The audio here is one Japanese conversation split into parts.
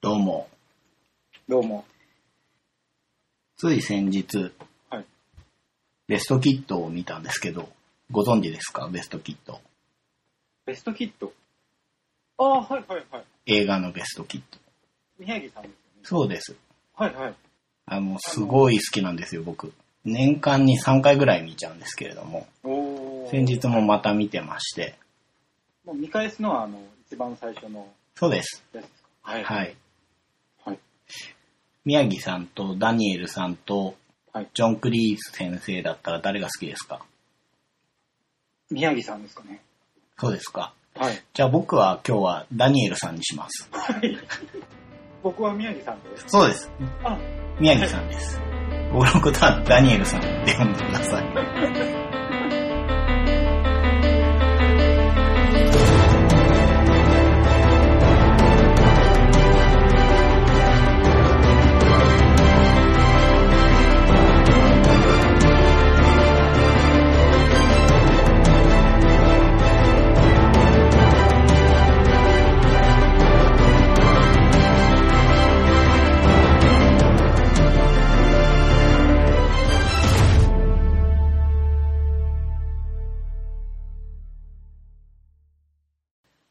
どうも。どうも。つい先日、はいベストキットを見たんですけど、ご存知ですかベストキット。ベストキットああ、はいはいはい。映画のベストキット。宮城さんですよね。そうです。はいはい。あの、すごい好きなんですよ、僕。年間に3回ぐらい見ちゃうんですけれども、おー先日もまた見てまして、もう見返すのは、あの、一番最初のそうです。やつですか。ははい。はい。はい。宮城さんとダニエルさんとはい、ジョン・クリース先生だったら誰が好きですか宮城さんですかね。そうですか。はい。じゃあ僕は今日はダニエルさんにします。僕は宮城さんです。そうです。あ、宮城さんです。僕のことはダニエルさんって呼んでください。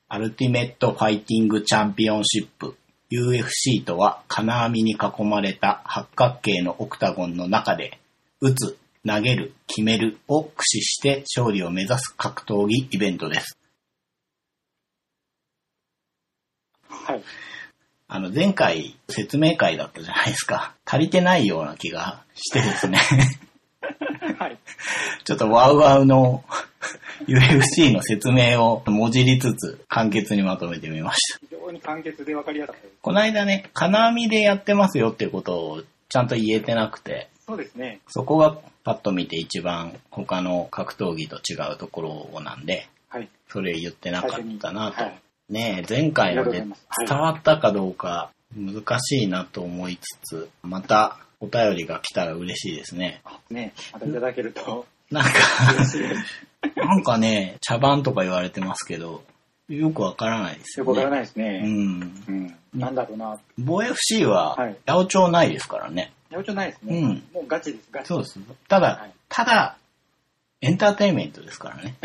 アルティメットファイティングチャンピオンシップ UFC とは金網に囲まれた八角形のオクタゴンの中で打つ、投げる、決めるを駆使して勝利を目指す格闘技イベントです。はい。あの前回説明会だったじゃないですか。足りてないような気がしてですね。 はい。ちょっとワウワウの UFC の説明をもじりつつ簡潔にまとめてみました。非常に簡潔で分かりやすかったです。この間ね、金網でやってますよってことをちゃんと言えてなくて、そうですね。そこがパッと見て一番他の格闘技と違うところなんで、はい。それ言ってなかったなと。最初にはいねえ前回のありがとうござでいますはい伝わったかどうか難しいなと思いつつ、またお便りが来たら嬉しいですね。あね、またいただける となんか、嬉しいです。なんかね、茶番とか言われてますけど、よくわからないですよよくね。わからないですうね。ん。うん。なんだろうな。防衛 FC は、はい八百長ないですからね。八百長ないですね。もうガチです、ガチ。そうです。ただ、はいただ、エンターテインメントですから ね。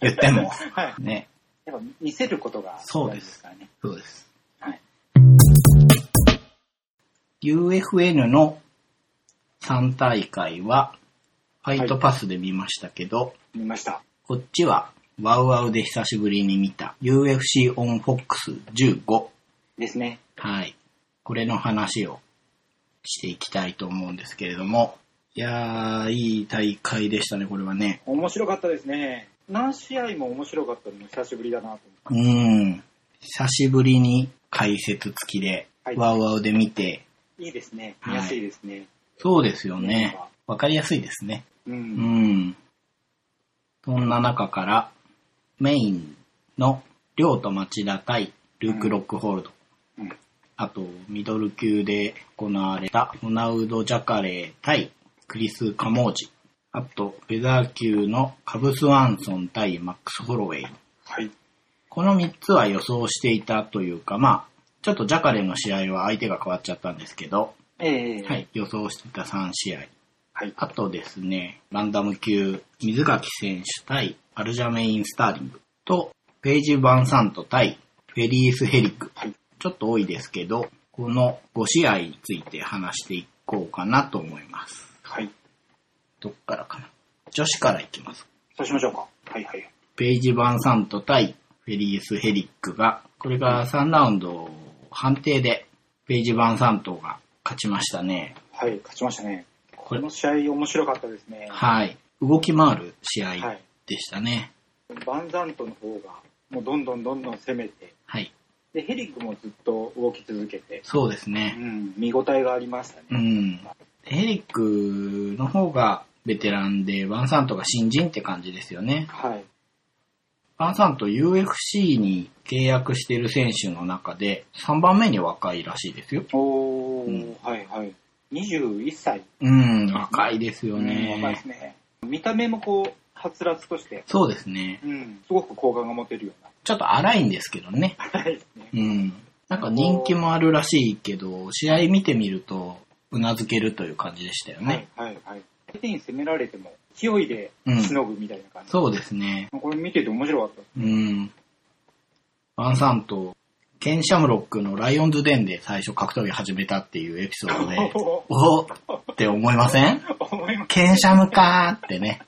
言っても。はい。ね。やっぱ見せることがそう大で事ですすからね。そうです。はい。 UFN の3大会は、ファイトパスで見ましたけど、見ました。こっちは、ワウワウで久しぶりに見た UFC オンフォックス15。ですね。はい。これの話をしていきたいと思うんですけれども。いやー、いい大会でしたね、これはね。面白かったですね。何試合も面白かったのも久しぶりだなとうーん。久しぶりに解説付きで、はいワウワウで見て。いいですね。はい見やすいですね。そうですよね。わかりやすいですね。う。うんん。そんな中から、メインの、りょうと町田対ルーク・ロックホールド。うん。あと、ミドル級で行われた、ロナウド・ジャカレー対クリス・カモージ。あと、フェザー級のカブス・ワンソン対マックス・ホロウェイ。はい。この3つは予想していたというか、まあ、ちょっとジャカレーの試合は相手が変わっちゃったんですけど、ええは。い、予想していた3試合。はい。あとですね、ランダム級、水垣選手対アルジャメイン・スターリングと、ペイジ・バンサント対フェリース・ヘリック。はいちょっと多いですけど、この5試合について話していこうかなと思います。はい。どっからかな。女子からいきます。そうしましょうか。はいはい。ペイジ・バンサント対フェリース・ヘリックが、これが3ラウンド判定で、ペイジ・バンサントが勝ちましたね。はい。勝ちましたね。ここれの、試合面白かったですね。はい。動き回る試合はい。でしたね。バンザントの方が、もうどんどんどんどん攻めて、はい。で、ヘリックもずっと動き続けて、そうですね。うん、見応えがありましたね。うん。ヘリックの方がベテランで、ワンサントが新人って感じですよね。はい。ワンサント UFC に契約してる選手の中で3番目に若いらしいですよ。おー、うんはいはい。21歳。うん、若いですようん若いでね。すね。見た目もこう、はつらつとして、そうですね。うん、すごく好感が持てるようちょっと荒いんですけどね。な。はいですね。うん。なんか人気もあるらしいけど、試合見てみると、うなずけるという感じでしたよね。はいはいはい。相手に攻められても、勢いでしのぐみたいな感じ。そうですね。これ見てて面白かった。、うん。ワンさんと、ケン・シャムロックのライオンズ・デンで最初格闘技始めたっていうエピソードでおって思いません 思いまケン・シャムかーってね。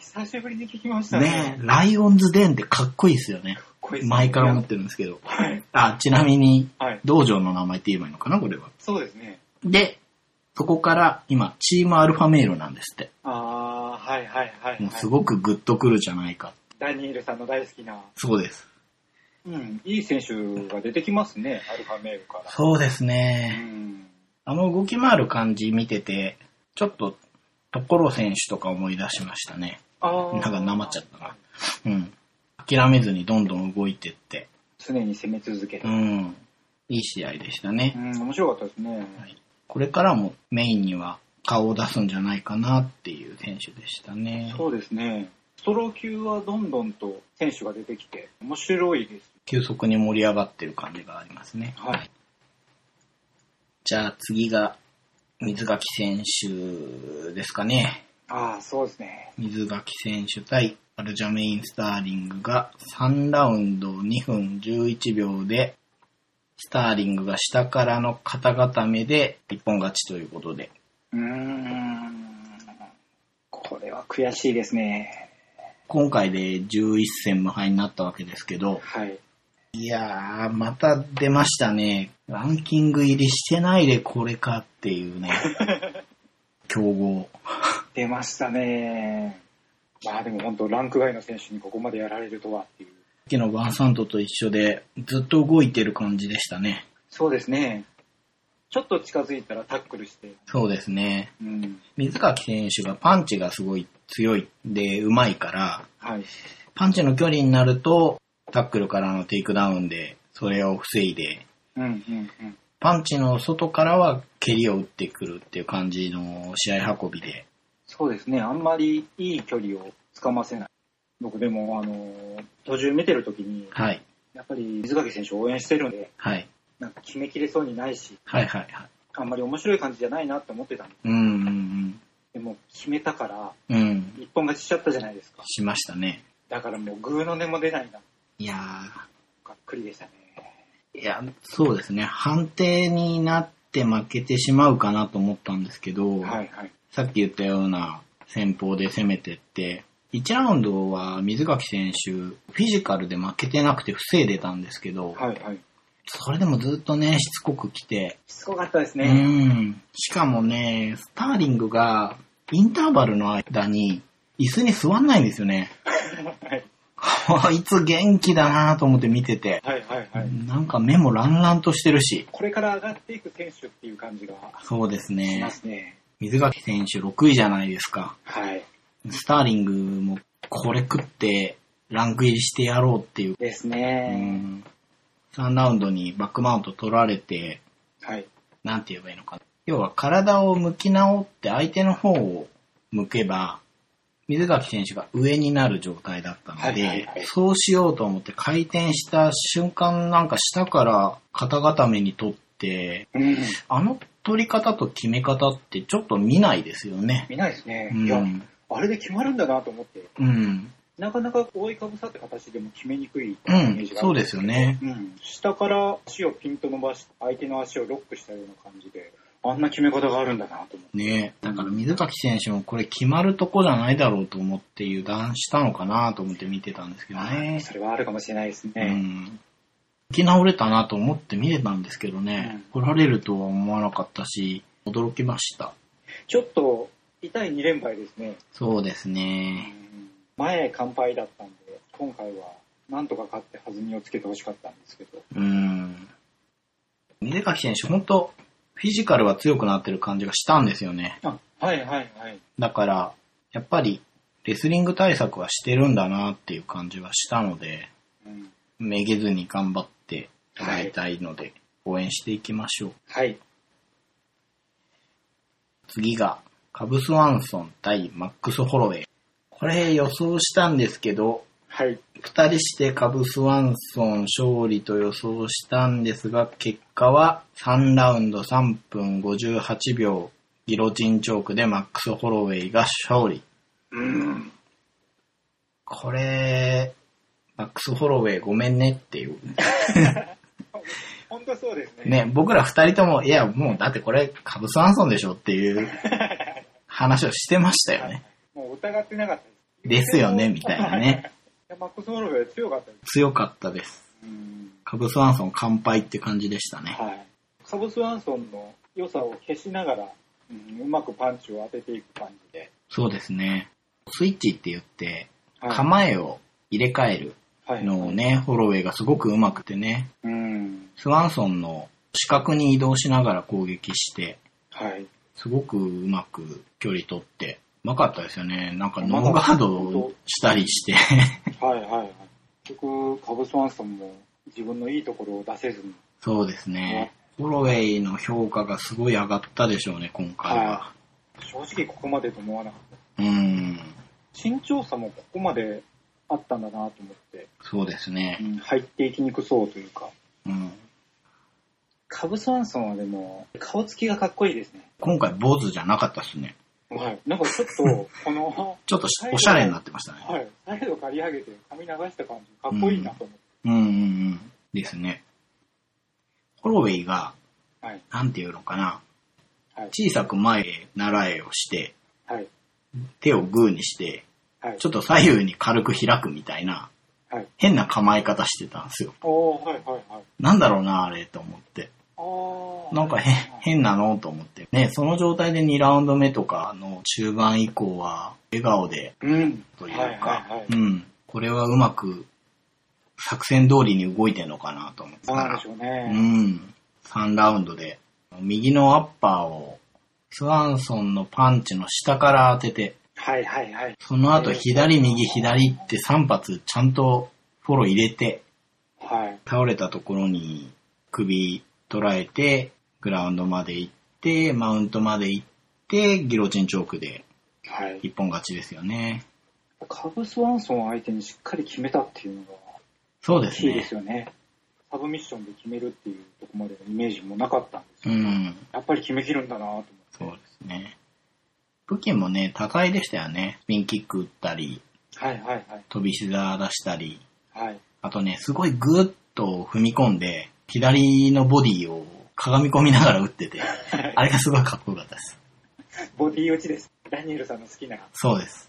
す。久しぶりに聞きましたねね。ライオンズ・デンってかっこいいですよね。これ前から思ってるんですけど。はい。あ、ちなみに、はい。道場の名前って言えばいいのかな、これは。そうですね。で、そこから今、チームアルファメールなんですって。あー、はいはいはい、はい。もうすごくグッとくるじゃないか。ダニールさんの大好きな、そうです。うん、いい選手が出てきますね、アルファメールから。そうですうね。ん。あの動き回る感じ見てて、ちょっと、所選手とか思い出しましたね。あなんかなまっちゃったな。うん。諦めずにどんどん動いてって。常に攻め続けうる。ん。いい試合でしたうね。ん、面白かったですね。はい、これからもメインには顔を出すんじゃないかなっていう選手でしたね。そうですね。ストロー級はどんどんと選手が出てきて、面白いです。急速に盛り上がってる感じがありますね。はいじゃあ次が水垣選手ですかね。ああ、そうですね。水垣選手対アルジャメイン・スターリングが3ラウンド2分11秒で、スターリングが下からの肩固めで一本勝ちということで。うーん。これは悔しいですね。今回で11戦無敗になったわけですけど、はい。いやー、また出ましたね。ランキング入りしてないでこれかっていうね。競合。出ましたね。まあでも本当、ランク外の選手にここまでやられるとはっていう。さっきのバーサントと一緒で、ずっと動いてる感じでしたね。そうですね。ちょっと近づいたらタックルして。そうですね。うん。水垣選手がパンチがすごい強いで、うまいから、はい。パンチの距離になると、タックルからのテイクダウンで、それを防いで、うんうんうん。パンチの外からは蹴りを打ってくるっていう感じの試合運びで、そうですね。あんまりいい距離をつかませない。僕でも、あの、途中見てるときに、はい、やっぱり水掛選手を応援してるんで、はい、なんか決めきれそうにないし、はい、はい、はい。あんまり面白い感じじゃないなって思ってたんでうん、うん、でも決めたから、うん。うん、一本勝ちしちゃったじゃないですか。しましたね。だからもうグーの音も出ないな。いやがっくりでしたね。ーいや、そうですね。判定になって負けてしまうかなと思ったんですけど、はいはい。さっき言ったような戦法で攻めてって、1ラウンドは水垣選手、フィジカルで負けてなくて防いでたんですけど、はいはい。それでもずっとね、しつこく来て、しつこかったですうね。ん。しかもね、スターリングがインターバルの間に椅子に座んないんですよね。 はいあいつ元気だなと思って見てて。はいはいはい。なんか目もランランとしてるし。これから上がっていく選手っていう感じがそうですしまね。すね。水垣選手6位じゃないですか。はい。スターリングもこれ食ってランク入りしてやろうっていう。ですうね。ん、3ラウンドにバックマウント取られて、はい。なんて言えばいいのかな。要は体を向き直って相手の方を向けば、水垣選手が上になる状態だったので、はいはいはいそうしようと思って回転した瞬間なんか下から肩固めに取って、うん。あの取り方と決め方ってちょっと見ないですよね。見ないですね。ういや、ん。あれで決まるんだなと思って、うん。なかなか覆いかぶさって形でも決めにくいイうメーんジ。があそるうですよね。うん、下から足をピンと伸ばして、相手の足をロックしたような感じで、あんな決め方があるんだなと思って。ねだから水垣選手もこれ決まるとこじゃないだろうと思って油断したのかなと思って見てたんですけどはいね。それはあるかもしれないですうね。ん。生き直れたなと思って見てたんですけどね、来られるとは思わなかったし、驚きました。ちょっと、痛い2連敗ですね。そうですうね。ん前、完敗だったんで、今回は、なんとか勝って弾みをつけてほしかったんですけど。うん。水垣選手、本当フィジカルは強くなってる感じがしたんですよね。あ、はいはいはい。だから、やっぱり、レスリング対策はしてるんだなっていう感じはしたので、うん、めげずに頑張ってもらいたいので、応援していきましょう。はい。次が、カブスワンソン対マックス・ホロウェイ。これ予想したんですけど、はい。二人してカブスワンソン勝利と予想したんですが、結果は3ラウンド3分58秒、ギロチンチョークでマックス・ホロウェイが勝利。うん。これ、マックス・ホロウェイごめんねっていう。本当そうですね。ね、僕ら二人とも、いや、もうだってこれカブスワンソンでしょって いう話をしてましたよね。もう疑ってなかったでです。すよね、みたいなね。いやマックス・ホロウェイ強かったです。強かったです。うん。カブスワンソン乾杯って感じでしたね。はい。サブスワンソンの良さを消しながら、うん、うまくパンチを当てていく感じで。そうですね。スイッチって言って、はい構えを入れ替えるはい。のをね、ホロウェイがすごくうまくてね、うん。スワンソンの視角に移動しながら攻撃して、はい。すごくうまく距離取って、うまかったですよね。なんかうまノかーっガたードしたりして、はいはいはい。結局、カブスワンソンも自分のいいところを出せずに。そうですね。ホロウェイの評価がすごい上がったでしょうね、今回は。正直ここまでと思わなかった。うん、身長差もここまであったんだなと思って、そうですうね。ん、入っていきにくそうというか。うん、カブスワンソンはでも、顔つきがかっこいいですね。今回坊主じゃなかったですね。はい。なんかちょっ と、この、ちょっとしおしゃれになってましたね。はい。サイド刈り上げて髪流した感じ、かっこいいなと思って。うんうんうん。ですね。ホロウェイが、はい。なんていうのかな、はい。小さく前へ習えをして、はい。手をグーにして、はい。ちょっと左右に軽く開くみたいな、はい。変な構え方してたんですよ。おー、はいはいはい。なんだろうな、あれと思って。あー。なんかへ変なのと思って。ね、その状態で2ラウンド目とかの中盤以降は、笑顔でうん。とはいいうはいかは、うい。ん。これはうまく、作戦通りに動いてんのかなと思ってたそうら。なんでしょううね。ん。3ラウンドで、右のアッパーを、スワンソンのパンチの下から当てて、はいはいはい。その後左右左って3発ちゃんとフォロー入れて、はい。倒れたところに首捉えて、グラウンドまで行って、マウントまで行って、ギロチンチョークではい。一本勝ちですよね。カブスワンソンを相手にしっかり決めたっていうのがそうで大すきいでねす。よね。サブミッションで決めるっていうとこまでのイメージもなかったんですうよ。ん。やっぱり決めきるんだなと思って。そうですね。武器もね、多彩でしたよね。スピンキック打ったり、はいはいはい。飛び膝出したり、はい。あとね、すごいぐーっと踏み込んで、左のボディをかがみ込みながら打ってて、あれがすごいかっこよかったです。ボディ打ちです。ダニエルさんの好きな。そうです。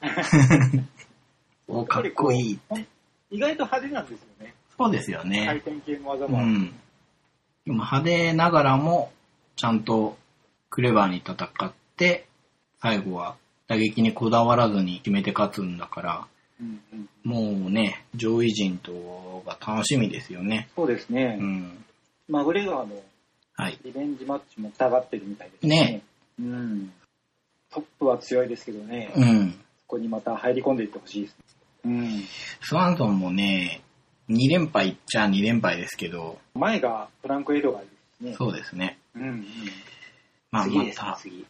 お、かっこいい。意外と派手なんですよね。そうですよね。回転系の技うも。ん。でも派手ながらも、ちゃんとクレバーに戦って、最後は打撃にこだわらずに決めて勝つんだから、うんうんもうね、上位陣とが楽しみですよね。そうですねう。ん。マグレガーのはい。リベンジマッチも下がってるみたいですねね。うん。トップは強いですけどね、うそん。こにまた入り込んでいってほしいです。うん。スワンソンもね、2連敗っちゃ2連敗ですけど、前がフランク・エドガーですね。そうですね。うんうん。まあ、次まですねた、次。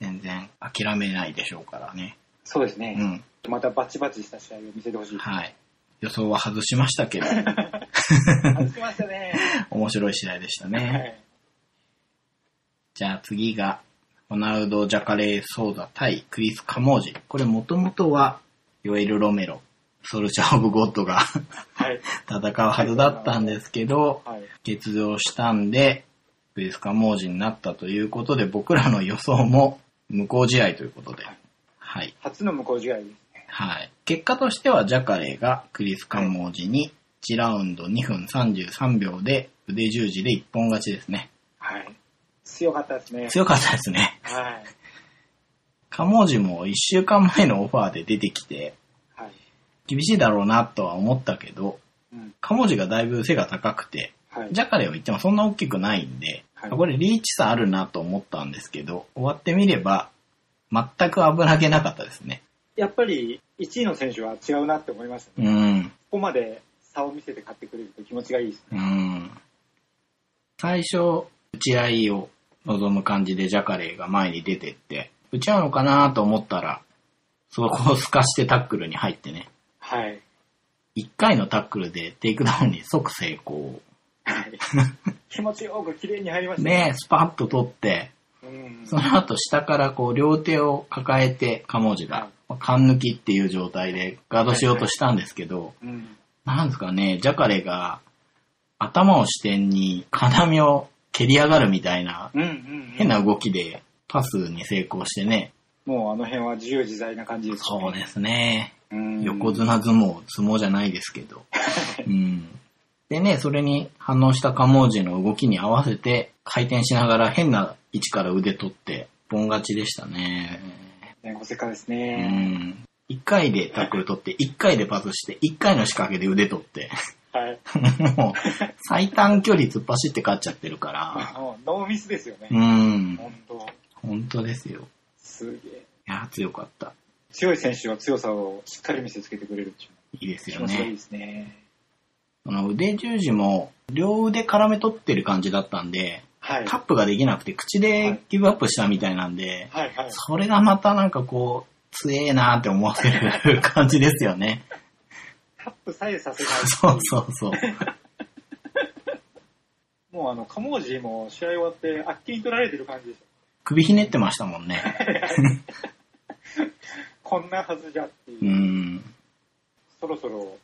全然諦めないでしょうからね。そうですうね。ん。またバチバチした試合を見せてほしい。はい。予想は外しました けど、 外しましたね。面白い試合でしたはね。い。じゃあ次が、ホナウド・ジャカレー・ソーダ対クリス・カモージ。これもともとは、ヨエル・ロメロ、ソルチャー・オブ・ゴッドが はい。戦うはずだったんですけど、はい。欠場したんで、クリス・カモージになったということで、僕らの予想も無効試合ということで。はい。初の向こう試合ですね。はい。結果としては、ジャカレーがクリス・カモージに1ラウンド2分33秒で腕十字で一本勝ちですね。はい。強かったですね。強かったですね。はい。カモージも1週間前のオファーで出てきて、はい。厳しいだろうなとは思ったけど、うん。カモージがだいぶ背が高くて、はい。ジャカレーは言ってもそんな大きくないんで、はいこれリーチ差あるなと思ったんですけど、終わってみれば、全く危げなかったですね。やっぱり1位の選手は違うなって思いましたね。うん。ここまで差を見せて勝ってくれると気持ちがいいですね。うん。最初、打ち合いを望む感じでジャカレーが前に出てって、打ち合うのかなと思ったら、そこを透かしてタックルに入ってね、はい。 1回のタックルでテイクダウンに即成功。 はい。気持ちよく綺麗に入りましたねえ、スパッと取って、うん。その後下からこう両手を抱えて、カモジが、缶抜きっていう状態でガードしようとしたんですけど、うん。なんですかね、ジャカレが頭を支点に金網を蹴り上がるみたいなうんうんうん。変な動きでパスに成功してね、もうあの辺は自由自在な感じです、ね。そうですね、うん。横綱相撲、相撲じゃないですけ ど。うんでね、それに反応したカモージの動きに合わせて回転しながら変な位置から腕取って、ボン勝ちでしたね。ね、小かですうね。ん。1回でタックル取って、1回でパスして、1回の仕掛けで腕取って、 はい。もう最短距離突っ走って勝っちゃってるから、もうノーミスですよね。うん。本当。本当ですよ。すげえ。いや、強かった。強い選手は強さをしっかり見せつけてくれるっていういいです気よ持ちがいいねで。すね。その腕十字も、両腕絡め取ってる感じだったんで、はい。タップができなくて、口でギブアップしたみたいなんで、はいはい。それがまたなんかこう、強えなって思わせる感じですよね。タップさえさせない。そうそうそう。もうあの、カモージも試合終わって、あっきに取られてる感じでし首ひねってましたもんね。た。こんなはずじゃっていうう。ん。そろそろ、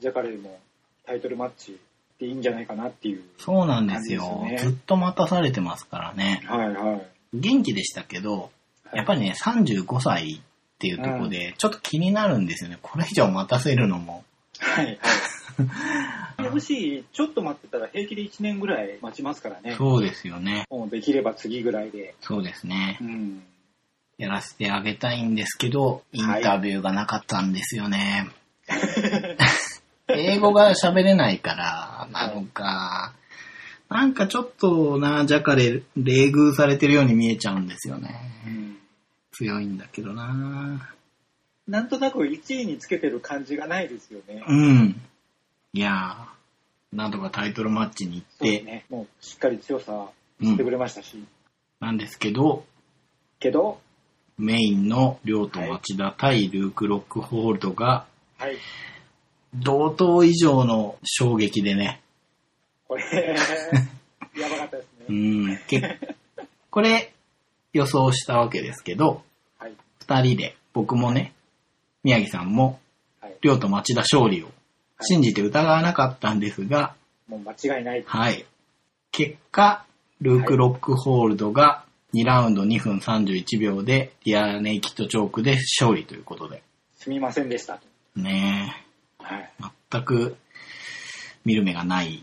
ジャカレーもタイトルマッチでいいんじゃないかなっていう。そうなんですよ。感じですずねっと待たされてますからね。はいはい。元気でしたけど、やっぱりね、35歳っていうとこで、ちょっと気になるんですよね。これ以上待たせるのも。はい はい。FC、ちょっと待ってたら平気で1年ぐらい待ちますからね。そうですよね。もうできれば次ぐらいで。そうですねう。ん。やらせてあげたいんですけど、インタビューがなかったんですよ ね。英語が喋れないから、なのか、なんかちょっとな、ジャカレ、冷遇されてるように見えちゃうんですようね。ん強いんだけどななんとなく1位につけてる感じがないですよね。うん。いやーなんとかタイトルマッチに行っそうでて、すね。もうしっかり強さうしてくん、れましたし。なんですけど、けど、メインのりょうと町田対ルーク・ロックホールドが、はい。同等以上の衝撃でね、これ、 やばかったですうね。ん、 けこれ予想したわけですけど、はい。二人で、僕もね、宮城さんも、はい。りょうと町田勝利を信じて疑わなかったんですが、もう間違いない。はい。結果、ルーク・ロックホールドが2ラウンド2分31秒で、リアネイキッドチョークで勝利ということで、すみませんでした。ねはい。え、全く見る目がない。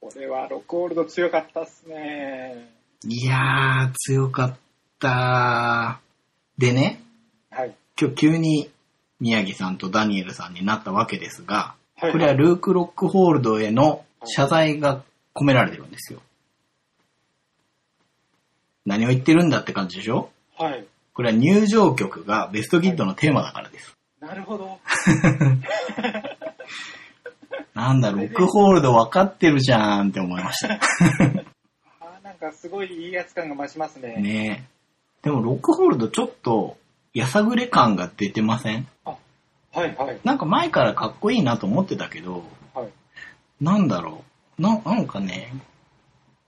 これはロックホールド強かったっすね。いやー、強かった。でね、はい。今日急に宮城さんとダニエルさんになったわけですが、はい。これはルーク・ロックホールドへの謝罪が込められてるんですよ。何を言ってるんだって感じでしょはい。これは入場曲がベストキッドのテーマだからです。なるほど。なんだ、ロックホールド分かってるじゃんって思いました。あーなんかすごいいいやつ感が増しますね。ねえ。でもロックホールドちょっとやさぐれ感が出てませんはいはいなんか前からかっこいいなと思ってたけど、はいなんだろう。な、なんかね、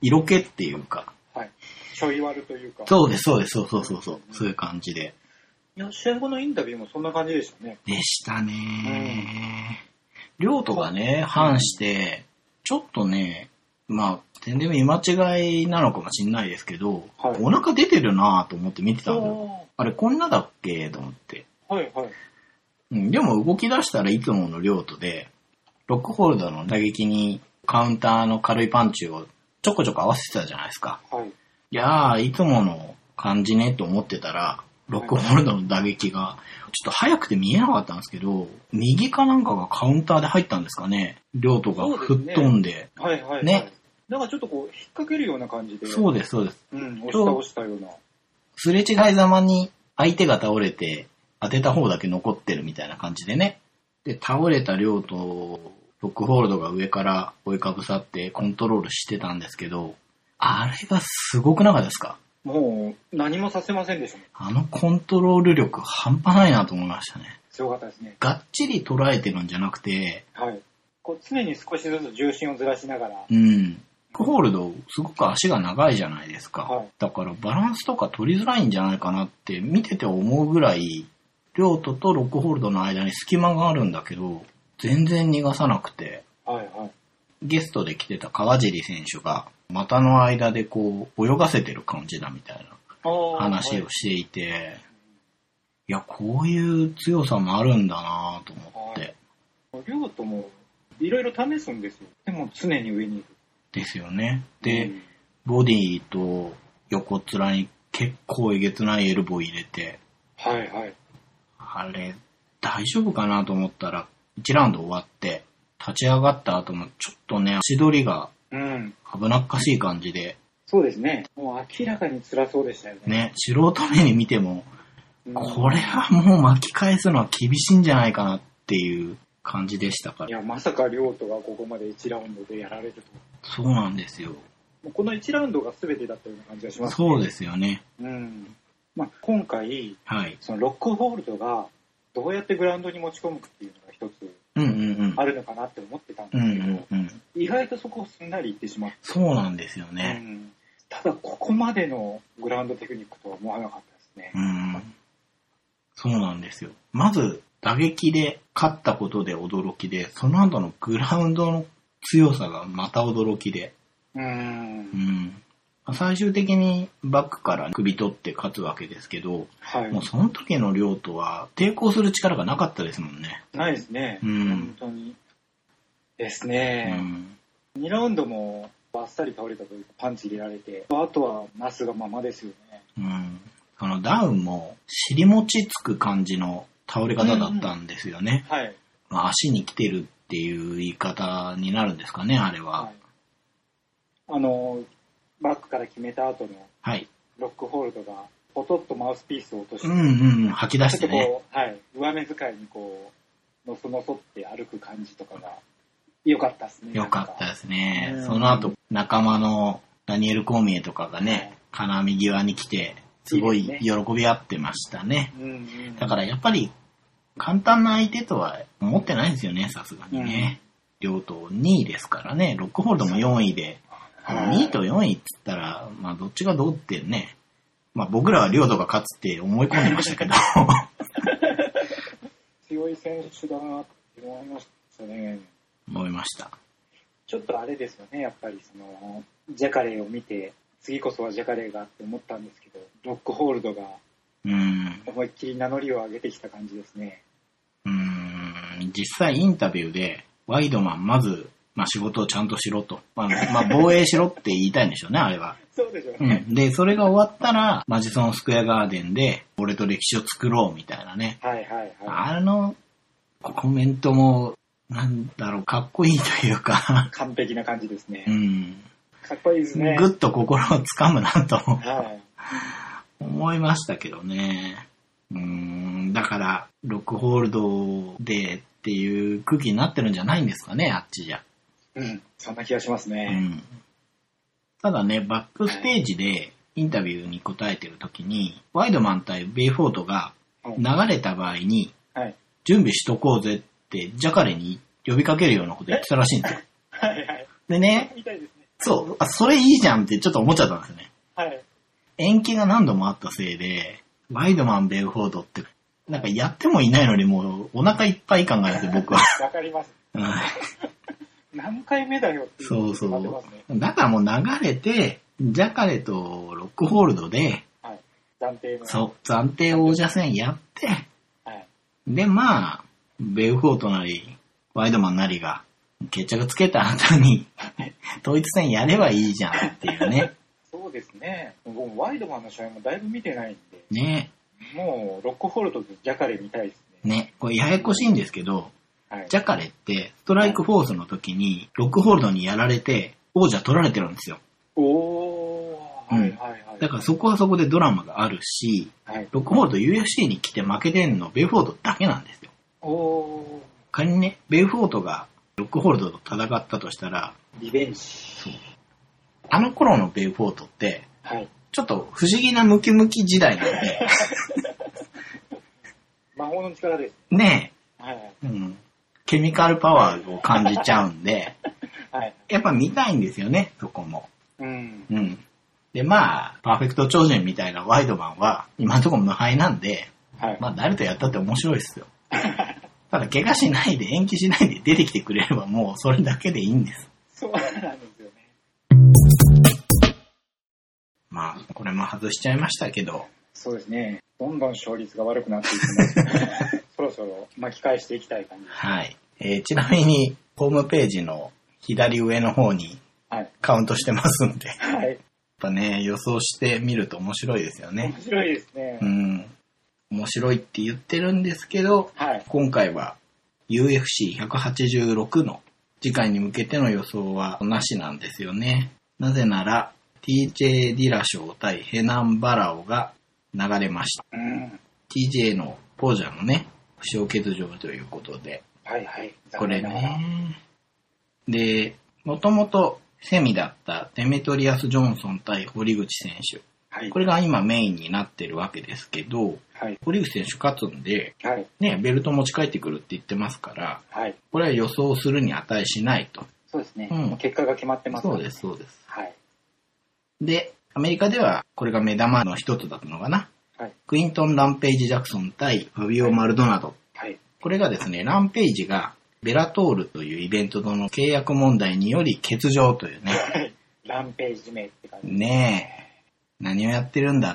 色気っていうか。はい。ちょい悪というか。そうです、そうです、そうそうそうそう。そういう感じで。いや試合後のインタビューもそんな感じでしたね。でしたね。りょうとがね、反して、ちょっとね、まあ、全然見間違いなのかもしれないですけど、はいお腹出てるなぁと思って見てたんだよ。おあれ、こんなだっけと思って。ーはいはい。うん、でも動き出したらいつもの量とで、ロックホールドの打撃にカウンターの軽いパンチをちょこちょこ合わせてたじゃないですか。はい。いやー、いつもの感じねと思ってたら、ロックホールドの打撃が、ちょっと早くて見えなかったんですけど、右かなんかがカウンターで入ったんですかね。両とが吹っ飛んで。はいはい、はい。ね。なんかちょっとこう、引っ掛けるような感じで。う。そうです、そうです。ん、押し倒したような。すれ違いざまに相手が倒れて、当てた方だけ残ってるみたいな感じでね。で、倒れた量と、ロックホールドが上から追いかぶさってコントロールしてたんですけど、あれがすごくなかったですかもう、何もさせませんでしたもん。あのコントロール力半端ないなと思いましたね。強かったですね。がっちり捉えてるんじゃなくて、はい。こう常に少しずつ重心をずらしながら、うん。ホールド、すごく足が長いじゃないですか。はいだからバランスとか取りづらいんじゃないかなって見てて思うぐらい、両トとロックホールドの間に隙間があるんだけど、全然逃がさなくて、はいはい。ゲストで来てた川尻選手が、股の間でこう、泳がせてる感じだみたいあなー話をしていて、いや、こういう強さもあるんだなと思っはて。はい両ともいろいろ試すんですよ。でも常に上にいる。ですよね。で、うんボディと横面に結構えげつないエルボー入れて、はいはい。あれ、大丈夫かなと思ったら、1ラウンド終わって、立ち上がった後もちょっとね、足取りがうん。危なっかしい感じで、そうですね。もう明らかに辛そうでしたよね。ね、素人目に見ても、うんこれはもう巻き返すのは厳しいんじゃないかなっていう感じでしたかいら。や、まさか両とがここまで1ラウンドでやられるとは。そうなんですよ。もうこの1ラウンドが全てだったような感じがしますね。そうですよね。うん。まあ、今回、はい。そのロックホールドがどうやってグラウンドに持ち込むかっていうのが一つうんうんあるのかなって思ってたんうでん。うんすけど、うんうん。意外とそこをすんなり行ってしまって、そうなんですよね。うんただここまでのグラウンドテクニックとは思わなかったですねう。ん。そうなんですよ。まず、打撃で勝ったことで驚きで、その後のグラウンドの強さがまた驚きで、うん。うん。最終的にバックから首取って勝つわけですけど、はい。もうその時の量とは抵抗する力がなかったですもんね。ないですね。うん本当に。ですうね。ん。 2ラウンドもあっさり倒れたというか、パンチ入れられて、あとはなすがままですよね。うん。そのダウンも尻餅つく感じの倒れ方だったんですよね。はい。まあ足に来てるっていう言い方になるんですかね、あれは。はい、あの、バックから決めた後のはい。ロックホールドが、ポトッとマウスピースを落として、うんうん、吐き出しちてょっとね。こう、はい、上目遣いにこう、のそのそって歩く感じとかが、良かったですね。よかったですねうん。その後、仲間のダニエル・コーミエとかがね、金網際に来て、すごいいいです喜び合ってましたね。うんうん、だからやっぱり、簡単な相手とは思ってないんですよね、さすがにね。両党2位ですからね、ロックホールドも4位で、はい2位と4位っつったら、まあどっちがどうってね、まあ僕らは両党が勝つって思い込んでましたけど、 強い選手だなって思いましたね。思いました。ちょっとあれですよね、やっぱりその、ジャカレーを見て、次こそはジャカレーがって思ったんですけど、ロックホールドがうん。思いっきり名乗りを上げてきた感じですね。うーん実際インタビューで、ワイドマン、まず、まあ、仕事をちゃんとしろと。まあ、まあ、防衛しろって言いたいんでしょうね、あれは。そうでしょううね。ん。で、それが終わったら、マジソンスクエアガーデンで、俺と歴史を作ろう、みたいなね。はいはいはい。あの、コメントも、なんだろう、かっこいいというか、完璧な感じですねう。ん。かっこいいですね。ぐっと心をつかむなとはい。思いましたけどね。うーん、だから、ロックホールドでっていう空気になってるんじゃないんですかね、あっちじゃ。うん、そんな気がしますうね。んただね、バックステージでインタビューに答えてる時に、ワイドマン対ベイフォートが流れた場合に、はい。準備しとこうぜってジャカレに呼びかけるようなこと言ってたらしいんですよ。はいはい。でね、みたいですね。そう、あ、それいいじゃんってちょっと思っちゃったんですよね。はい。延期が何度もあったせいで、ワイドマン、ベイフォートって、なんかやってもいないのにもうお腹いっぱい感があって僕は。わかります。うん何回目だよっていそうそなってますね。う。だからもう流れて、ジャカレとロックホールドで、はい。暫定の。そう、暫定王者戦やって、はい。で、まあ、ベルフォートなり、ワイドマンなりが、決着つけた後に、 統一戦やればいいじゃんっていうね。そうですね。僕もワイドマンの試合もだいぶ見てないんで、ね、もうロックホールドとジャカレ見たいですね。ね、これややこしいんですけど、はい。ジャカレって、ストライクフォースの時に、ロックホールドにやられて、王者取られてるんですよ。おー。はいはいはい。だからそこはそこでドラマがあるし、はい。ロックホールド UFC に来て負けてんの、ベルフォートだけなんですよ。おー。仮にね、ベルフォートがロックホールドと戦ったとしたら、リベンジ。あの頃のベルフォートって、はい。ちょっと不思議なムキムキ時代なんで、魔法の力です。ねはい。え、うん。ケミカルパワーを感じちゃうんで、はい。やっぱ見たいんですよね、そこも。うん。うん。で、まあ、パーフェクト超人みたいなワイドマンは、今のところ無敗なんで、はい。まあ誰とやったって面白いですよ。ただ、怪我しないで、延期しないで出てきてくれればもうそれだけでいいんです。そうなんですよね。まあ、これも外しちゃいましたけど、そうですね。どんどん勝率が悪くなっていきます。 そろそろ巻き返していきたい感じ。はい。えーちなみに、ホームページの左上の方にはい。カウントしてますんで、やっはい。ぱね、予想してみると面白いですよね面。白いですねう。ん。面白いって言ってるんですけど、はい。今回は UFC186 の次回に向けての予想はなしなんですよね。なぜなら TJ ディラショー対ヘナン・バラオが流れました。うん。 TJ の王者のね、負傷欠場ということで、はいはい。これ残念ながら。ね。で、もともとセミだったデメトリアス・ジョンソン対堀口選手。はい。これが今メインになってるわけですけど、はい。堀口選手勝つんで、はい。ね、ベルト持ち帰ってくるって言ってますから、はい。これは予想するに値しないと。そうですね。うんもう結果が決まってます。そうですす、そうです。はい。で、アメリカではこれが目玉の一つだったのかな。はい。クイントン・ランページ・ジャクソン対ファビオ・マルドナド。はい。これがですね、ランページがベラトールというイベントとの契約問題により欠場というね。ランページ名って感じ。ねえ、何をやってるん だ。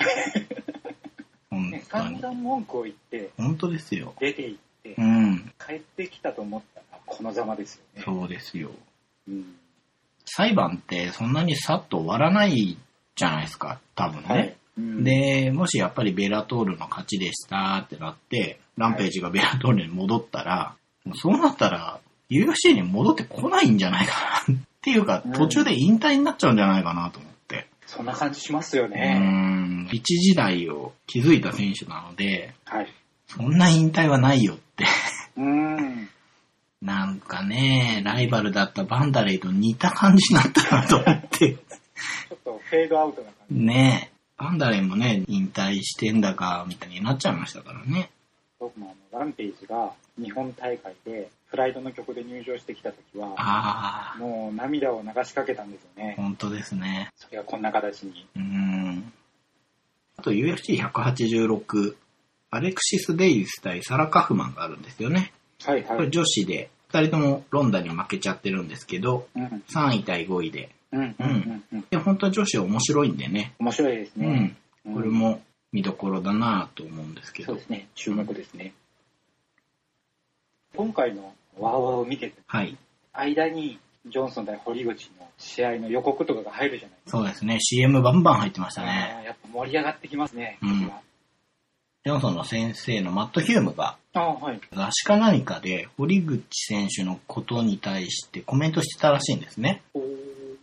本ね、当散に。々文句を言って、本当ですよ。出て行ってう、ん、帰ってきたと思ったら、このざまですよね。そうですよ。うん。裁判ってそんなにさっと終わらないじゃないですか、多分ね。はい。うん、で、もしやっぱりベラトールの勝ちでしたってなって、ランページがベラトールに戻ったら、そうなったら UFC に戻ってこないんじゃないかな。っていうかうん、途中で引退になっちゃうんじゃないかなと思って。そんな感じしますようね。ん、一時代を築いた選手なので、はい。そんな引退はないよって。うん。なんかね、ライバルだったバンダレイと似た感じになったなと思って。ちょっとフェードアウトな感じ。ねえ、バンダレイもね、引退してんだか、みたいになっちゃいましたからね。僕もあの、ランページが日本大会で、プライドの曲で入場してきた時は、ああ。もう涙を流しかけたんですよね。本当ですね。それがこんな形に。うん。あと UFC186、アレクシス・デイリス対サラ・カフマンがあるんですよね。はいはこれい。女子で、二人ともロンダに負けちゃってるんですけど、うん。 3位対5位で。うん。うん。うん。うん。で、本当は女子面白いんでね。面白いですうねん。。うんこれも見どころだなぁと思うんですけそうどで。すね。注目ですね。今回のワーワーを見てて、はい。間にジョンソン対堀口の試合の予告とかが入るじゃないですか。そうですね。CM バンバン入ってましたね。あーやっぱ盛り上がってきますね。うん時はジョンソンの先生のマット・ヒュームがああ、はい。雑誌か何かで堀口選手のことに対してコメントしてたらしいんですね。おー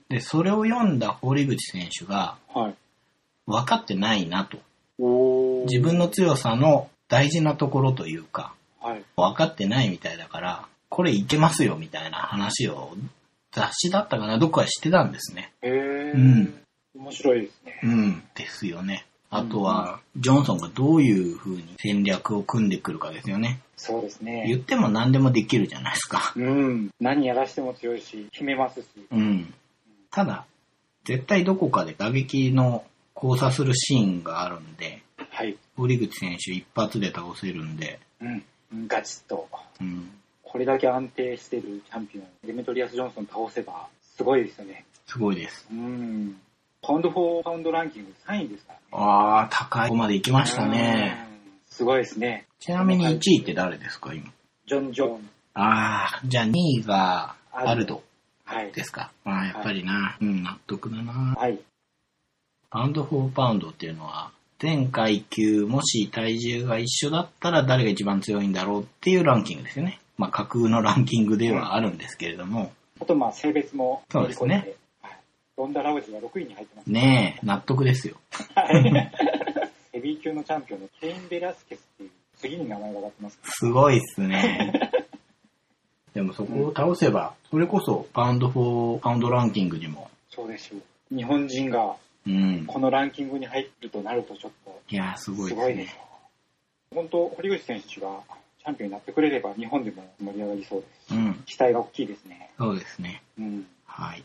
で、それを読んだ堀口選手がはい。分かってないなと。お自分の強さの大事なところというか、はい。分かってないみたいだから、これいけますよみたいな話を雑誌だったかな、どっかでしてたんですね。へえ、うん面白いですね。うん。ですよね。あとは、ジョンソンがどういう風に戦略を組んでくるかですよね。そうです言っね。ても何でもできるじゃないですか。うん。何やらしても強いし、決めますし。うん。ただ、絶対どこかで打撃の交差するシーンがあるんで、はい。堀口選手一発で倒せるんで、うん。ガチッと。うん、これだけ安定してるチャンピオン、デメトリアス・ジョンソン倒せば、すごいですよね。すごいです。うん。パウンド・フォー・パウンドランキング3位ですからね。ああ、高い方まで行きましたね。うん。すごいですね。ちなみに1位って誰ですか、今。ジョン・ジョン。ああ、じゃあ2位がアルドはい。ですか。まあやっぱりな、うん、納得だな。はい。パウンド・フォー・パウンドっていうのは、全階級、もし体重が一緒だったら誰が一番強いんだろうっていうランキングですよね。まあ架空のランキングではあるんですけれども、あと、まあ、性別も乗り越えて。そうですねはい。ロンダ・ラウジが6位に入ってます。ねえ、納得ですよ。はい。 ヘビー級のチャンピオンのケイン・ベラスケスっていう、次に名前が上がってますかすごいっすね。でもそこを倒せば、それこそパウンド・フォー・パウンドランキングにも。ら。そうでしょう。日本人がうん。このランキングに入るとなるとちょっと、いやー、すごいすでごすいでねすよ。本当、堀口選手がチャンピオンになってくれれば、日本でも盛り上がりそうです。うん。期待が大きいですね。そうですね。うん。はい。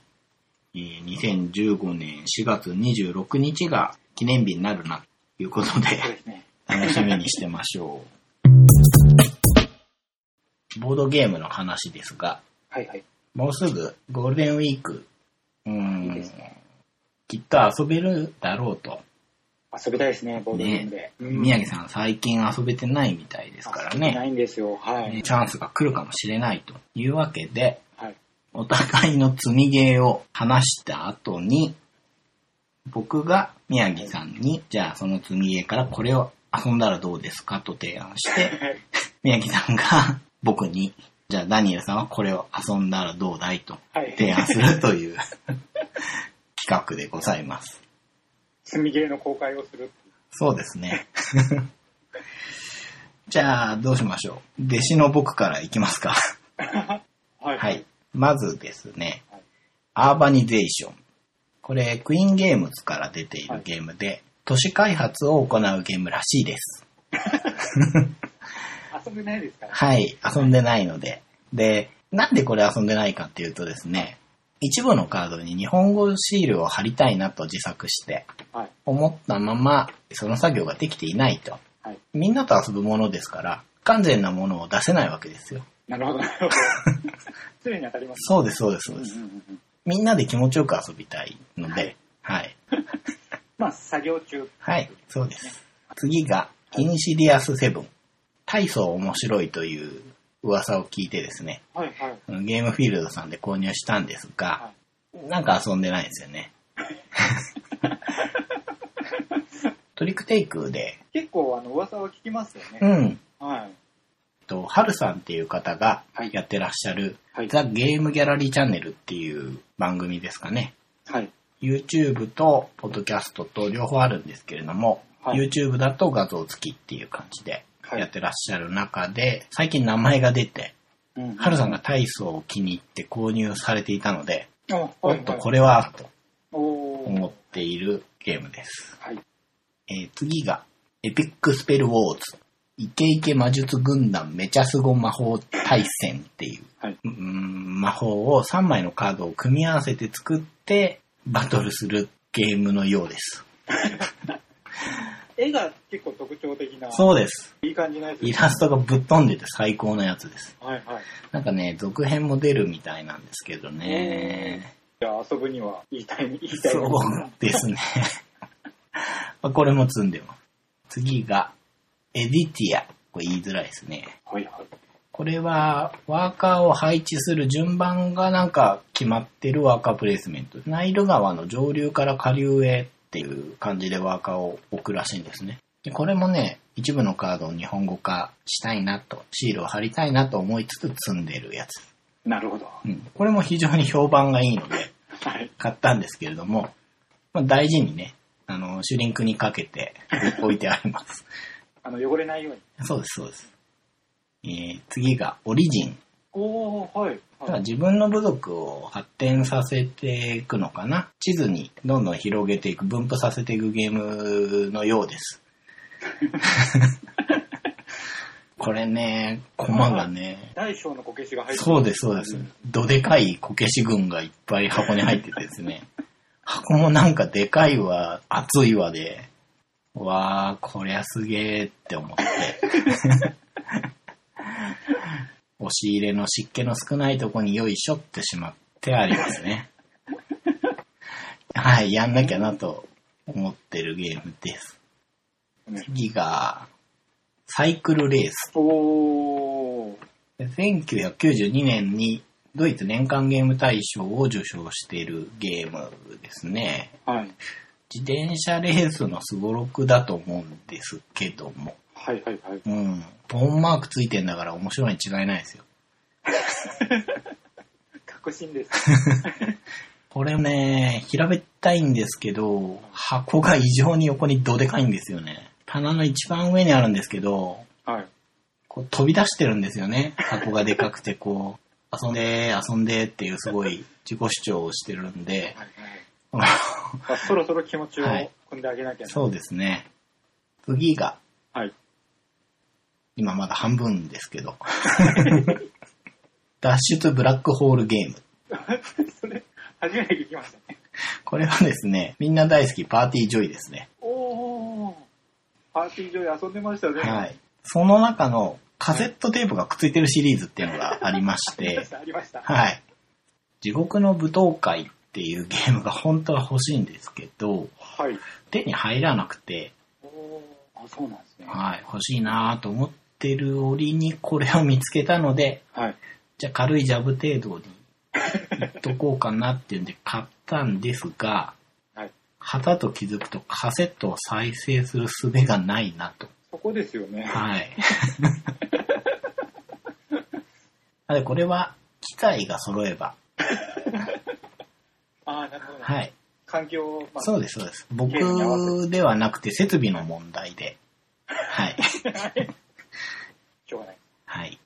えー2015年4月26日が記念日になるな、ということで、そうですね。楽しみにしてましょう。ボードゲームの話ですが、はいはい。もうすぐゴールデンウィーク、ういいんです、ね。きっと遊べるだろうと。遊びたいですね、ボードゲームで。うん宮城さん最近遊べてないみたいですから遊びなね、いんですよ。はい。チャンスが来るかもしれないというわけで、はい。お互いの積みゲーを話した後に、僕が宮城さんに、じゃあその積みゲーからこれを遊んだらどうですかと提案 して、宮城さんが僕に、じゃあダニエルさんはこれを遊んだらどうだいとはい。提案するという企画でございます。積みゲーの公開をする。そうですね。 じゃあどうしましょう。弟子の僕からいきます か。はい。はい。。まずですねはい、アーバニゼーション。これ、クイーンゲームズから出ているゲームで、都市開発を行うゲームらしいです。遊んでないですから。はい、遊んでないので。で、なんでこれ遊んでないかっていうとですね、一部のカードに日本語シールを貼りたいなと自作して、はい。思ったまま、その作業ができていないと。はい。みんなと遊ぶものですから、不完全なものを出せないわけですよ。なるほ ど、なるほど。常に当たります。そうです、そうです、そううでんす。うんうんうんみんなで気持ちよく遊びたいので、はい。まあ、作業中。はい、そうです。次が、インシディアスセブン。大層面白いという噂を聞いてですね、はい、はい。あのゲームフィールドさんで購入したんですがは、なんか遊んでないんですよね。トリックテイクで、い、結構、あの、噂は聞きますようね。ん、はい。と、はるさんっていう方がはいやってらっしゃる、はいザ・ゲームギャラリーチャンネルっていう番組ですかね。はい。 YouTube と、ポッドキャストと両方あるんですけれども、はい YouTube だと画像付きっていう感じではいやってらっしゃる中で、最近名前が出て、うんハルさんが体操を気に入って購入されていたので、あおはいっと、はいこれは、とおー思っているゲームです。はい。えー次が、エピックスペルウォーズ。イケイケ魔術軍団めちゃすご魔法対戦っていう、はいうーん魔法を3枚のカードを組み合わせて作ってバトルするゲームのようです。絵が結構特徴的な、そうです。いい感じのやつイです。ラストがぶっ飛んでて最高のやつです。はいはい。なんかね、続編も出るみたいなんですけどね。じゃあ遊ぶにはいいタイミング、いいタイそミング。うですね。 まあこれも積んでます。次が、エディティア。これ言いづらいですね。はいはい。これは、ワーカーを配置する順番がなんか決まってるワーカープレイスメント。ナイル川の上流から下流へっていう感じでワーカーを置くらしいんですね。でこれもね、一部のカードを日本語化したいなと、シールを貼りたいなと思いつつ積んでるやつ。なるほど。うん、これも非常に評判がいいのではい。買ったんですけれども、まあ、大事にね、あの、シュリンクにかけて置いてあります。 あの、汚れないように。そうです、そうです。えー次がオリジン。おー、はい。だからはい。自分の部族を発展させていくのかな。地図にどんどん広げていく、分布させていくゲームのようです。これね、駒がね、大小のこけしが入ってそうです、そうです。どでかいこけし群がいっぱい箱に入っててですね。箱もなんかでかいわ、熱いわで、わー、こりゃすげーって思って。押し入れの湿気の少ないとこによいしょってしまってありますね。はい、やんなきゃなと思ってるゲームです。次が、サイクルレース。おー。で1992年にドイツ年間ゲーム大賞を受賞しているゲームですね。はい。自転車レースのすごろくだと思うんですけども。はいはいはい。うん。ボンマークついてんだから面白いに違いないですよ。確信です。 これね、平べったいんですけど、箱が異常に横にどでかいんですよね。棚の一番上にあるんですけど、はい。こう飛び出してるんですよね。箱がでかくて、こう、遊んでー、遊んでーっていうすごい自己主張をしてるんで、 はいまあ、そろそろ気持ちをはい組んであげなきゃな。そうですね。次が、はい。 今まだ半分です けど。脱出ブラックホールゲーム。それ、初めて聞きましたね。これはですね、みんな大好きパーティージョイですね。おー。パーティー上で遊んでましたね。はい。その中のカセットテープがくっついてるシリーズっていうのがありましありまてし、た、ありました。はい。地獄の舞踏会っていうゲームが本当は欲しいんですけど、はい。手に入らなくて、おー。あ、そうなんですね。はい、欲しいなぁと思ってる折にこれを見つけたので、はい。じゃあ軽いジャブ程度にいっとこうかなっていうんで買ったんですが、はい旗と気づくとカセットを再生する術がないなと。そこですよね。 はい。なのでこれは機材が揃えば、あー、なるほど。はい。環境、まあ、そうです、そうです。ゲームに合わ僕ではなくて設備の問題で。はい。しょうがない。はい。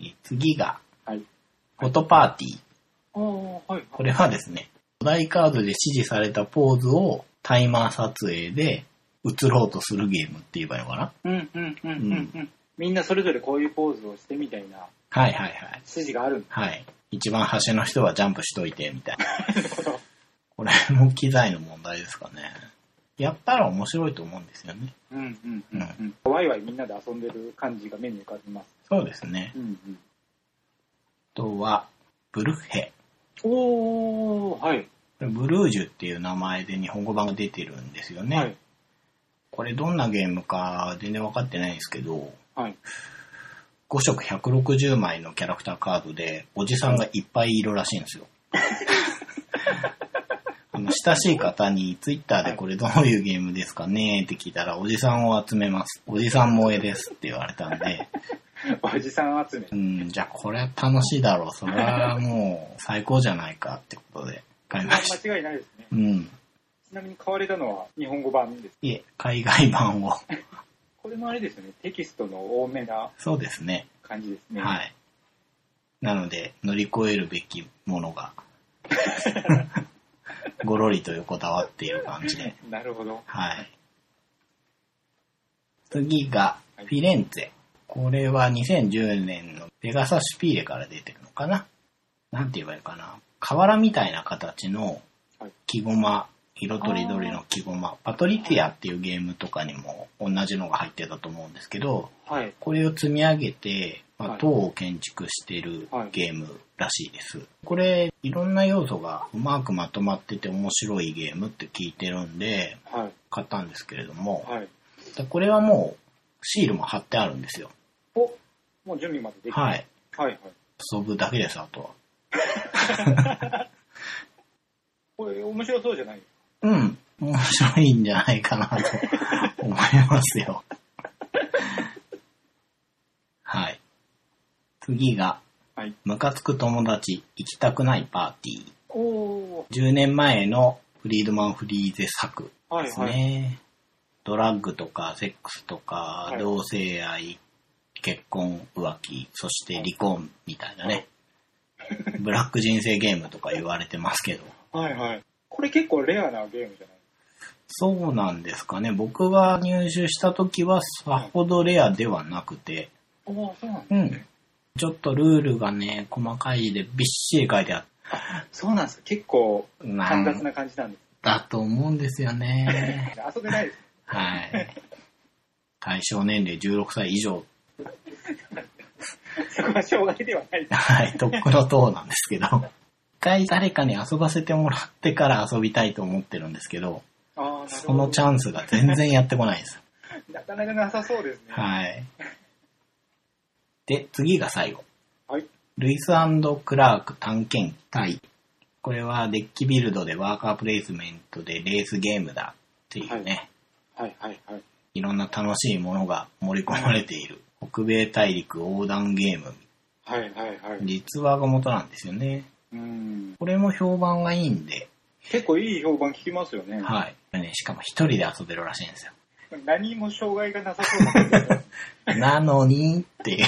え次が、はい。フォトパーティー。おー、はい。これはですね、お題カードで指示されたポーズをタイマー撮影で映ろうとするゲームって言えばいいのかなうんうんうんうんうん。みんなそれぞれこういうポーズをしてみたいなはいはいはい。指示があるんだはい。一番端の人はジャンプしといて、みたいな。けど、これも機材の問題ですかね。やったら面白いと思うんですよね。 うんうんうんうん。ワイワイみんなで遊んでる感じが目に浮かびます。そうですね。うんうん。あとは、ブルッヘ。おー、はい。これブルージュっていう名前で日本語版が出てるんですよね。はい。これどんなゲームか全然わかってないんですけど、はい。 5色160枚のキャラクターカードで、おじさんがいっぱいいるらしいんですよ。あの、親しい方に、ツイッターでこれどういうゲームですかねって聞いたら、おじさんを集めます。おじさん萌えですって言われたんで、おじさん集め う。ん、じゃあこれは楽しいだろう。それはもう最高じゃないかってことで買いま した。間違いないですね。うん。ちなみに買われたのは日本語版です。いえ、海外版を。これもあれですよね。テキストの多めなそうですね。感じですね。。はいい。なので、乗り越えるべきもの が、ごろりと横たわっている感じで。なるほど。はい。次が、はいフィレンツェ。これは2010年のペガサシュピーレから出てるのかななんて言えばいいかな。瓦みたいな形のはい木駒、色とりどりの木駒。パトリティアっていうゲームとかにも同じのが入ってたと思うんですけど、はい。これを積み上げて、まはあ、い塔を建築してるはいゲームらしいです。これ、いろんな要素がうまくまとまってて面白いゲームって聞いてるんで、はい。買ったんですけれども、はい。これはもう、シールも貼ってあるんですよ。おもう準備までできた。はい。はい。はい。遊ぶだけです、あとは。これ面白そうじゃないうん。面白いんじゃないかな と思いますよ。はい。次が、はい。ムカつく友達、行きたくないパーティー。おー。 10年前のフリードマン・フリーゼ作はでい。すはい。ね。ドラッグとか、セックスとか、はい同性愛、結婚、浮気、そして離婚みたいなね。ブラック人生ゲームとか言われてますけど。はい。はい。これ結構レアなゲームじゃないそうなんですかね。僕が入手した時はさほどレアではなくて、おー、そうなんうだん。ちょっとルールがね、細かい字でびっしり書いてあっそうなんですよ結構たな簡単んな感じなんです。だと思うんですよね。遊んでないです。はい。対象年齢16歳以上。そこは 障害ではないです。はい、とっくの塔なんですけど。一回誰かに遊ばせてもらってから遊びたいと思ってるんですけど、あーなるほどそのチャンスが全然やってこないです。なかなかなさそうですね。はい。で、次が最後。はい。ルイスクラーク探検隊。これはデッキビルドでワーカープレイスメントでレースゲームだっていうね。はいはいはい。いろんな楽しいものが盛り込まれている。北米大陸横断ゲームはいはいはい。実話が元なんですよね。うん。これも評判がいいんで、結構いい評判聞きますよね。はい。ね、しかも一人で遊べるらしいん ですよ。何も障害がなさそうなんですけどなのにっていう。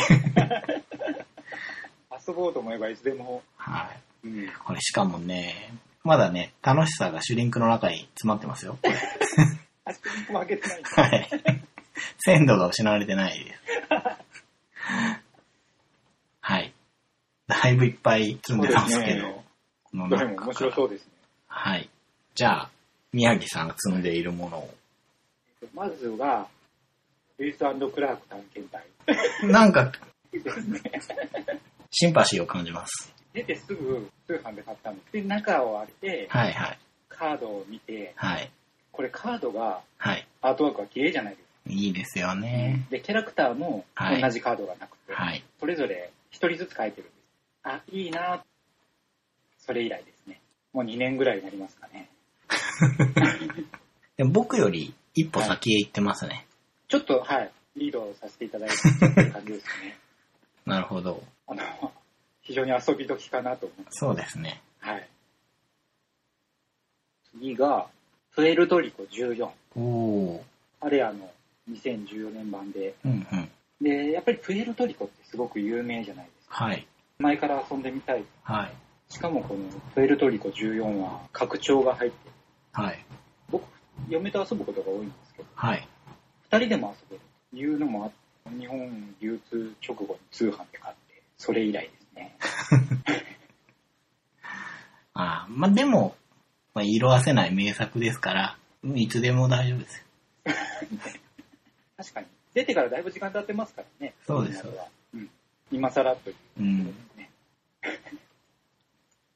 遊ぼうと思えばいつでも。はい。うん。これしかもね、まだね、楽しさがシュリンクの中に詰まってますよ。これあそこに負けてない。はい。鮮度が失われてないです。だいぶいっぱい積んでますけど、そうですねこのどれ中も面か白らそうですね。はい。じゃあ、宮城さんが積んでいるものを。まずは、ルイス・クラーク探検隊なんか、ですね。シンパシーを感じます。出てすぐ通販で買ったんです。で、中を開けて、はいはい。カードを見て、はい。これカードが、はい。アートワークが綺麗じゃないですいいですよか。ね。で、キャラクターもはい同じカードがなくて、はい。それぞれ一人ずつ書いてるんです。あ、いいなそれ以来ですね。もう2年ぐらいになりますかね。でも僕より一歩先へ行ってますね。ちょっと、はい、リードさせていただいたっていう感じです ね。なるほど。あの、非常に遊び時かなと思って。そうですね。はい。次が、プエルトリコ14。おお。あれ、あの、2014年版で。うんうん。で、やっぱりプエルトリコってすごく有名じゃないですか。はい。前から遊んでみたい。はい。しかもこのプエルトリコ14は拡張が入って、はい。僕、嫁と遊ぶことが多いんですけど、はい。二人でも遊べるというのもあって、日本流通直後に通販で買って、それ以来ですね。ああ、まあ、でも、まあ、色褪せない名作ですから、うんいつでも大丈夫ですよ。確かに。出てからだいぶ時間経ってますからね。そうです今はうん。今更といううことでん。すね。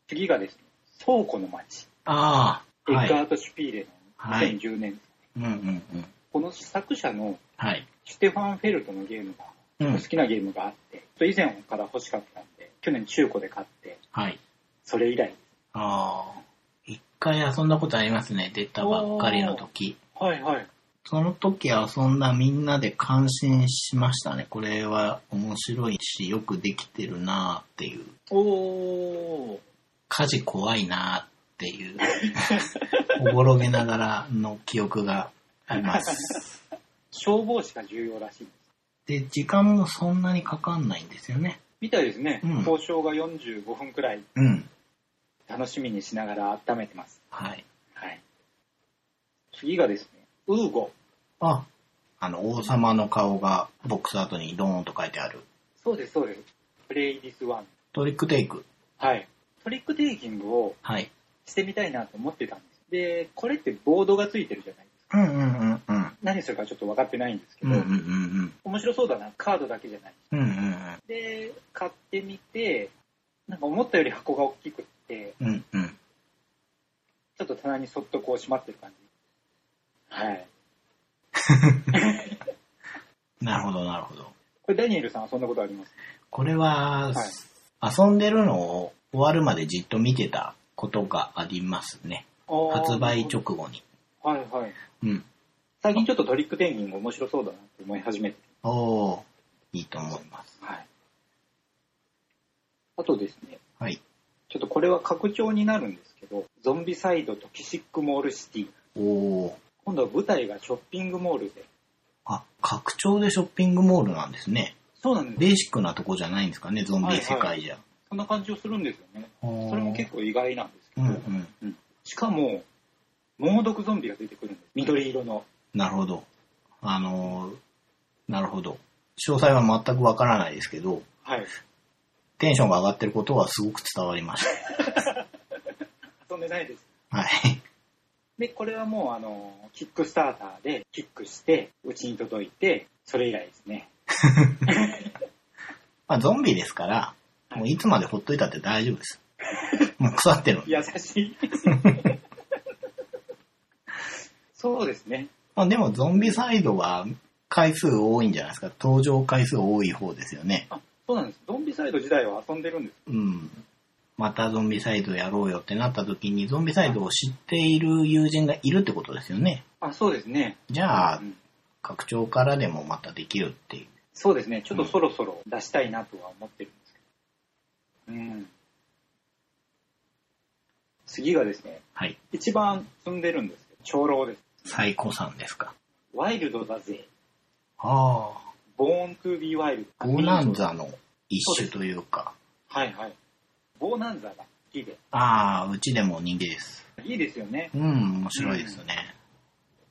次がですね、倉庫の街。ああ、エはッガい。ート・シュピーレのはい2010年。うんうんうん。この作者のはい。ステファン・フェルトのゲームが、うん。好きなゲームがあって、それ以前から欲しかったんで、去年中古で買って、はい。それ以来。ああ。一回遊んだことありますね。出たばっかりの時。はいはい。その時遊んだみんなで感心しましたね。これは面白いし、よくできてるなーっていう。おー。火事怖いなーって いう。おぼろげながらの記憶があり ます。消防士が重要らしいです。で、時間もそんなにかかんないんですよね。みたいですね。うん交渉が45分くらいうん。楽しみにしながら温めてます。はい。はい。次がですね、ウーゴ。あ、あの、王様の顔がボックスアートにドーンと書いてある。そうです、そうです。プレイディスワン。トリックテイク。はい。トリックテイキングをはい。してみたいなと思ってたんです。で、これってボードがついてるじゃないですか。うんうんうんうん。何するかちょっと分かってないんですけうんど、うんうん面白そうだな。カードだけじゃない。うん。うんうんで、買ってみて、なんか思ったより箱が大きくって、うん。うんうん。ちょっと棚にそっとこう閉まってる感じ。はい。なるほどなるほど。これダニエルさんはそんなことありますこれは、はい遊んでるのを終わるまでじっと見てたことがありますね。発売直後に。はいはい。うん。最近ちょっとトリックテイキング面白そうだなって思い始めて。おおいいと思います。はい。あとですね、はい。ちょっとこれは拡張になるんですけど、ゾンビサイドとキシックモールシティ。おお今度は舞台がショッピングモールで。あ、拡張でショッピングモールなんですね。そうなんです。ベーシックなとこじゃないんですかね、ゾンビ世界じゃ。そんな感じをするんですよね。そそれも結構意外なんですけうど、んうん。しかも、猛毒ゾンビが出てくるんです。緑色の。なるほど。あのーなるほど。詳細は全くわからないですけど、はい。テンションが上がってることはすごく伝わりまし遊んでないです。た。はい。で、これはもう、あの、キックスターターでキックして、うちに届いて、それ以来ですね。まあ、ゾンビですから、もういつまでほっといたって大丈夫です。 もう腐ってる。優しい。 そうですね。まあ、でもゾンビサイドは回数多いんじゃないですか。登場回数多い方ですよね。あ、そうなんです。ゾンビサイド自体は遊んでるんです。うん。またゾンビサイドやろうよってなった時に、ゾンビサイドを知っている友人がいるってことですよね。あ、そうですね。じゃあう、ん拡張からでもまたできるっていう。そうですね。ちょっとそろそろ出したいなとは思ってるんですけど。うん。次がですね、はい。一番積んでるんですけど、長老です。最高さんですか。ワイルドだぜ。ああ。ボーントゥービーワイルド。ボーナンザの一種というか。はいはい。ボーナンザが好きで。ああ、うちでも人気です。いいですよね。うん、面白いですね。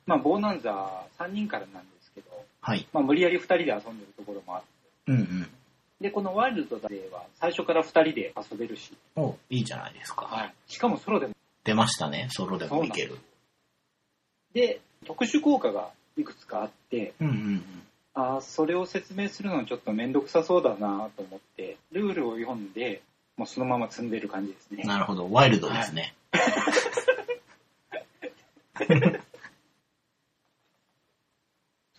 まあ、ボーナンザ3人からなんですけど、はい。まあ、無理やり2人で遊んでるところもあって、うんうん。で、このワイルドでは最初から2人で遊べるし、おいいじゃないですか。しかもソロでも。出ましたね。ソロでもいける。で、特殊効果がいくつかあって、うんうんうん。あーそれを説明するのちょっと面倒くさそうだなと思って、ルールを読んで、もうそのまま積んでる感じですね。なるほど。ワイルドですね。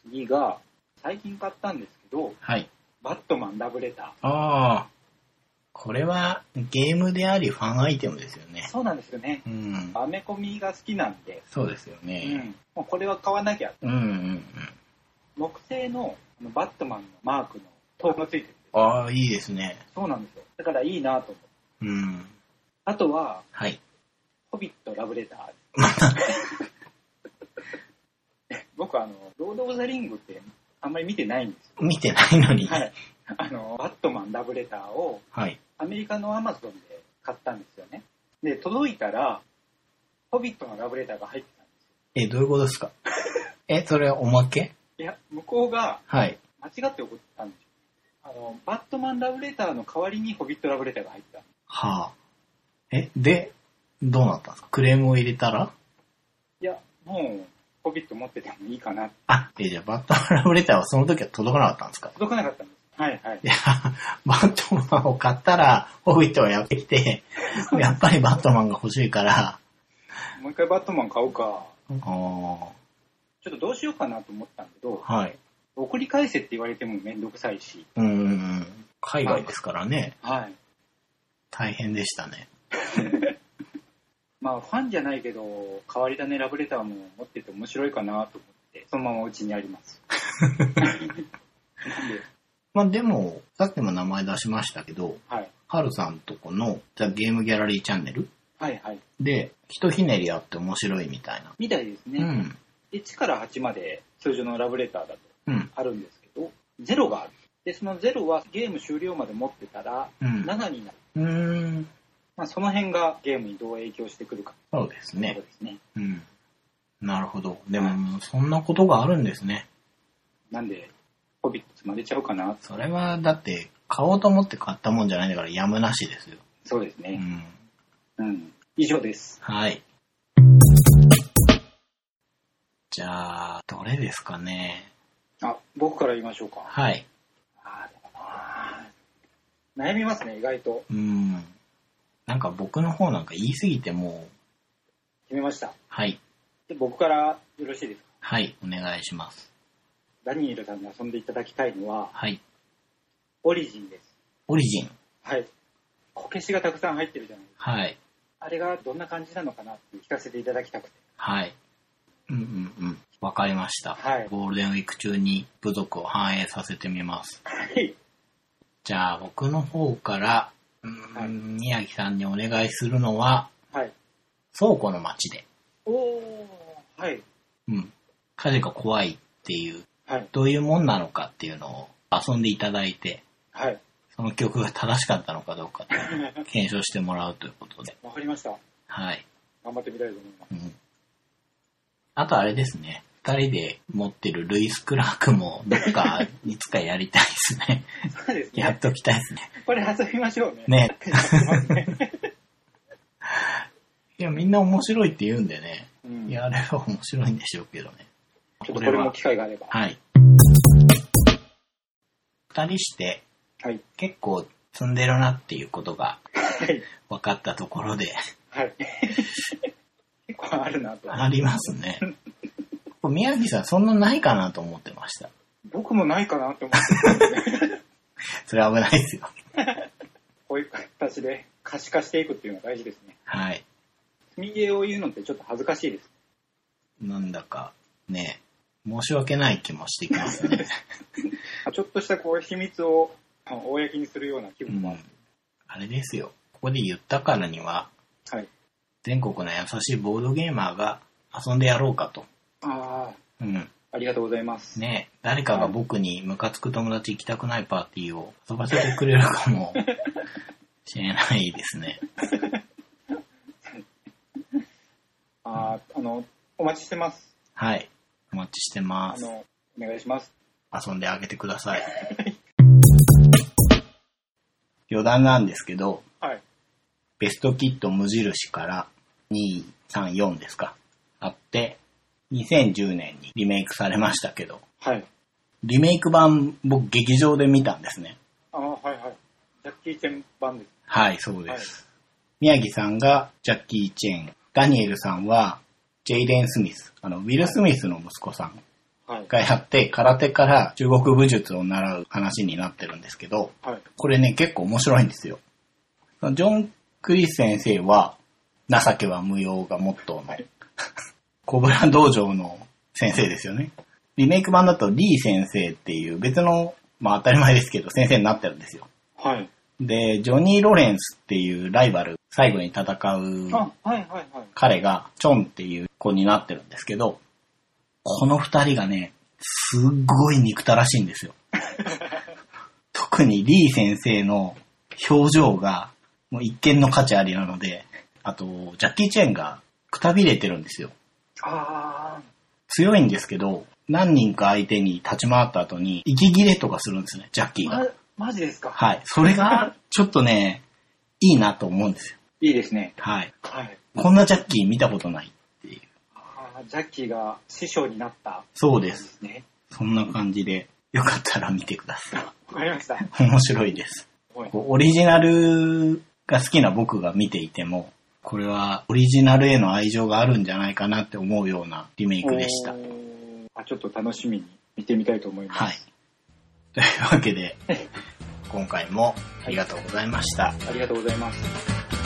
次が、最近買ったんですけど、はい。バットマンラブレタああ。これはゲームでありファンアイテムですよー。ね。そうなんですよね。うん。アメコミが好きなんで、そうですようね。ん、もうこれは買わなきゃ。うん、うん、うん。木製のあのバットマンのマークの塔がついてる。ああ、いいですね。そうなんですよ。だからいいなと思って。うん。あとは、はい。ホビットラブレター。僕あの、ロード・オブ・ザ・リングってあんまり見てないんですよ。見てないのに。はい。あの、バットマンラブレターをはい。アメリカのアマゾンで買ったんですよね。で、届いたら、ホビットのラブレターが入ってたんでえ、どういうこと ですかえ、それはおまけすよ。いや、向こうがはい。間違って送ったんですよ。あの、バットマンラブレターの代わりにホビットラブレターが入った。はあ。え、で、どうなったんですかクレームを入れたらいや、もう、ホビット持っててもいいかな。あ、え、じゃあバットマンラブレターはその時は届かなかったんですか届かなかったんです。はいはいい。や、バットマンを買ったら、ホビットがやってきて、やっぱりバットマンが欲しいから、もう一回バットマン買おうか。おちょっとどうしようかなと思ったんだけど、はい。送り返せって言われてもめんどくさいし。うーん。海外ですからね、はい。大変でしたね。まあ、ファンじゃないけど、代わり種ラブレターも持ってて面白いかなと思って、そのままうちにあり ます。なんで、まあでも、さっきも名前出しましたけど、はい。ハルさんとこの、じゃあゲームギャラリーチャンネルはいはい。で、ひとひねりあって面白いみたいな。みたいですね。うん。 1から8まで通常のラブレターだとうん。あるんですけど、0がある。で、その0はゲーム終了まで持ってたら、うん。 7になる。うーん。まあ、その辺がゲームにどう影響してくるかそうですというこねと。ですね。うん。なるほど。でも、そんなことがあるんですね。なんで、ホビットつまれちゃうかな。それは、だって、買おうと思って買ったもんじゃないんだから、やむなしですよ。そうですうね。ん。うん。以上です。はい。じゃあ、どれですかね。あ、僕から言いましょうか。はい。あーでもなー悩みますね、意外と。うん。なんか僕の方なんか言いすぎてもう、決めました。はい。で僕からよろしいですかはい、お願いします。ダニエルさんに遊んでいただきたいのは、はい。オリジンです。オリジン。はい。こけしがたくさん入ってるじゃないですか。はい。あれがどんな感じなのかなって聞かせていただきたくて。はい。うんうんうん。わかりました。はいゴールデンウィーク中に部族を反映させてみます。はい。じゃあ僕の方から、うーはいん、宮城さんにお願いするのは、はい。倉庫の街で。おー。はい。うん。火事が怖いっていう、はい。どういうもんなのかっていうのを遊んでいただいて、はい。その曲が正しかったのかどうかっていう のを検証してもらうということで。わかりました。はい。頑張ってみたいと思います。うん。あとあれですね。二人で持ってるルイス・クラークも、どっか、いつかやりたいです ね。そうですやねっ。ときたいですね。これ遊びましょうね。ね。やってますね。いや、みんな面白いって言うんでね。 うんいや、あれは面白いんでしょうけどね。ちょっとこれも機会があれば。はい。二人して、はい。結構積んでるなっていうことがはい。分かったところで、はい。結構あるなと。ありますね。宮城さん、そんなないかなと思ってました。僕もないかなと思ってたんですね。それ危ないですよ。こういう形で可視化していくっていうのが大事ですね。はい。積みゲーを言うのってちょっと恥ずかしいです。なんだか、ね、申し訳ない気もしてきますね。ちょっとしたこう秘密をあの公にするような気う分もあんる。。あれですよ。ここで言ったからには、はい。全国の優しいボードゲーマーが遊んでやろうかと。あうん。あ、ありがとうございます。ね誰かが僕にムカつく友達行きたくないパーティーを遊ばせてくれるかもしれないですね。ああ、あの、お待ちしてます。はい。お待ちしてあます。の、お願いします。遊んであげてください。余談なんですけど、はい。ベストキット無印から234ですかあって、2010年にリメイクされましたけど、はい。リメイク版僕劇場で見たんですね。ああ、はいはい。ジャッキー・チェン版です。はい、そうです。宮城さんがジャッキー・チェン、ダニエルさんはジェイデン・スミス、あの、ウィル・スミスの息子さんはい。がやって、空手から中国武術を習う話になってるんですけど、はい。これね、結構面白いんですよ。ジョン・クリス先生は、情けは無用がモットーの、コブラ道場の先生ですよね。リメイク版だとリー先生っていう別の、まあ当たり前ですけど、先生になってるんですよ。はい。で、ジョニー・ロレンスっていうライバル、最後に戦うあ、はいはいはい。彼が、チョンっていう子になってるんですけど、この二人がね、すっごい憎たらしいんですよ。特にリー先生の表情が、もう一見の価値ありなので、あと、ジャッキー・チェンがくたびれてるんですよ。あ強いんですけど、何人か相手に立ち回った後に、息切れとかするんですね、ジャッキーあ、がま。、マジですか。はい。それが、ちょっとね、いいなと思うんですよ。いいですね。はい。はい。こんなジャッキー見たことないっていう。ああ、ジャッキーが師匠になった。そうで。ですすね。そんな感じで、よかったら見てくださわかりました。い。面白いです。はいこ。うオリジナルが好きな僕が見ていても、これはオリジナルへの愛情があるんじゃないかなって思うようなリメイクでしたお。ーあ、ちょっと楽しみに見てみたいと思います。はい。というわけで、今回もありがとうございました。ありがとうございます。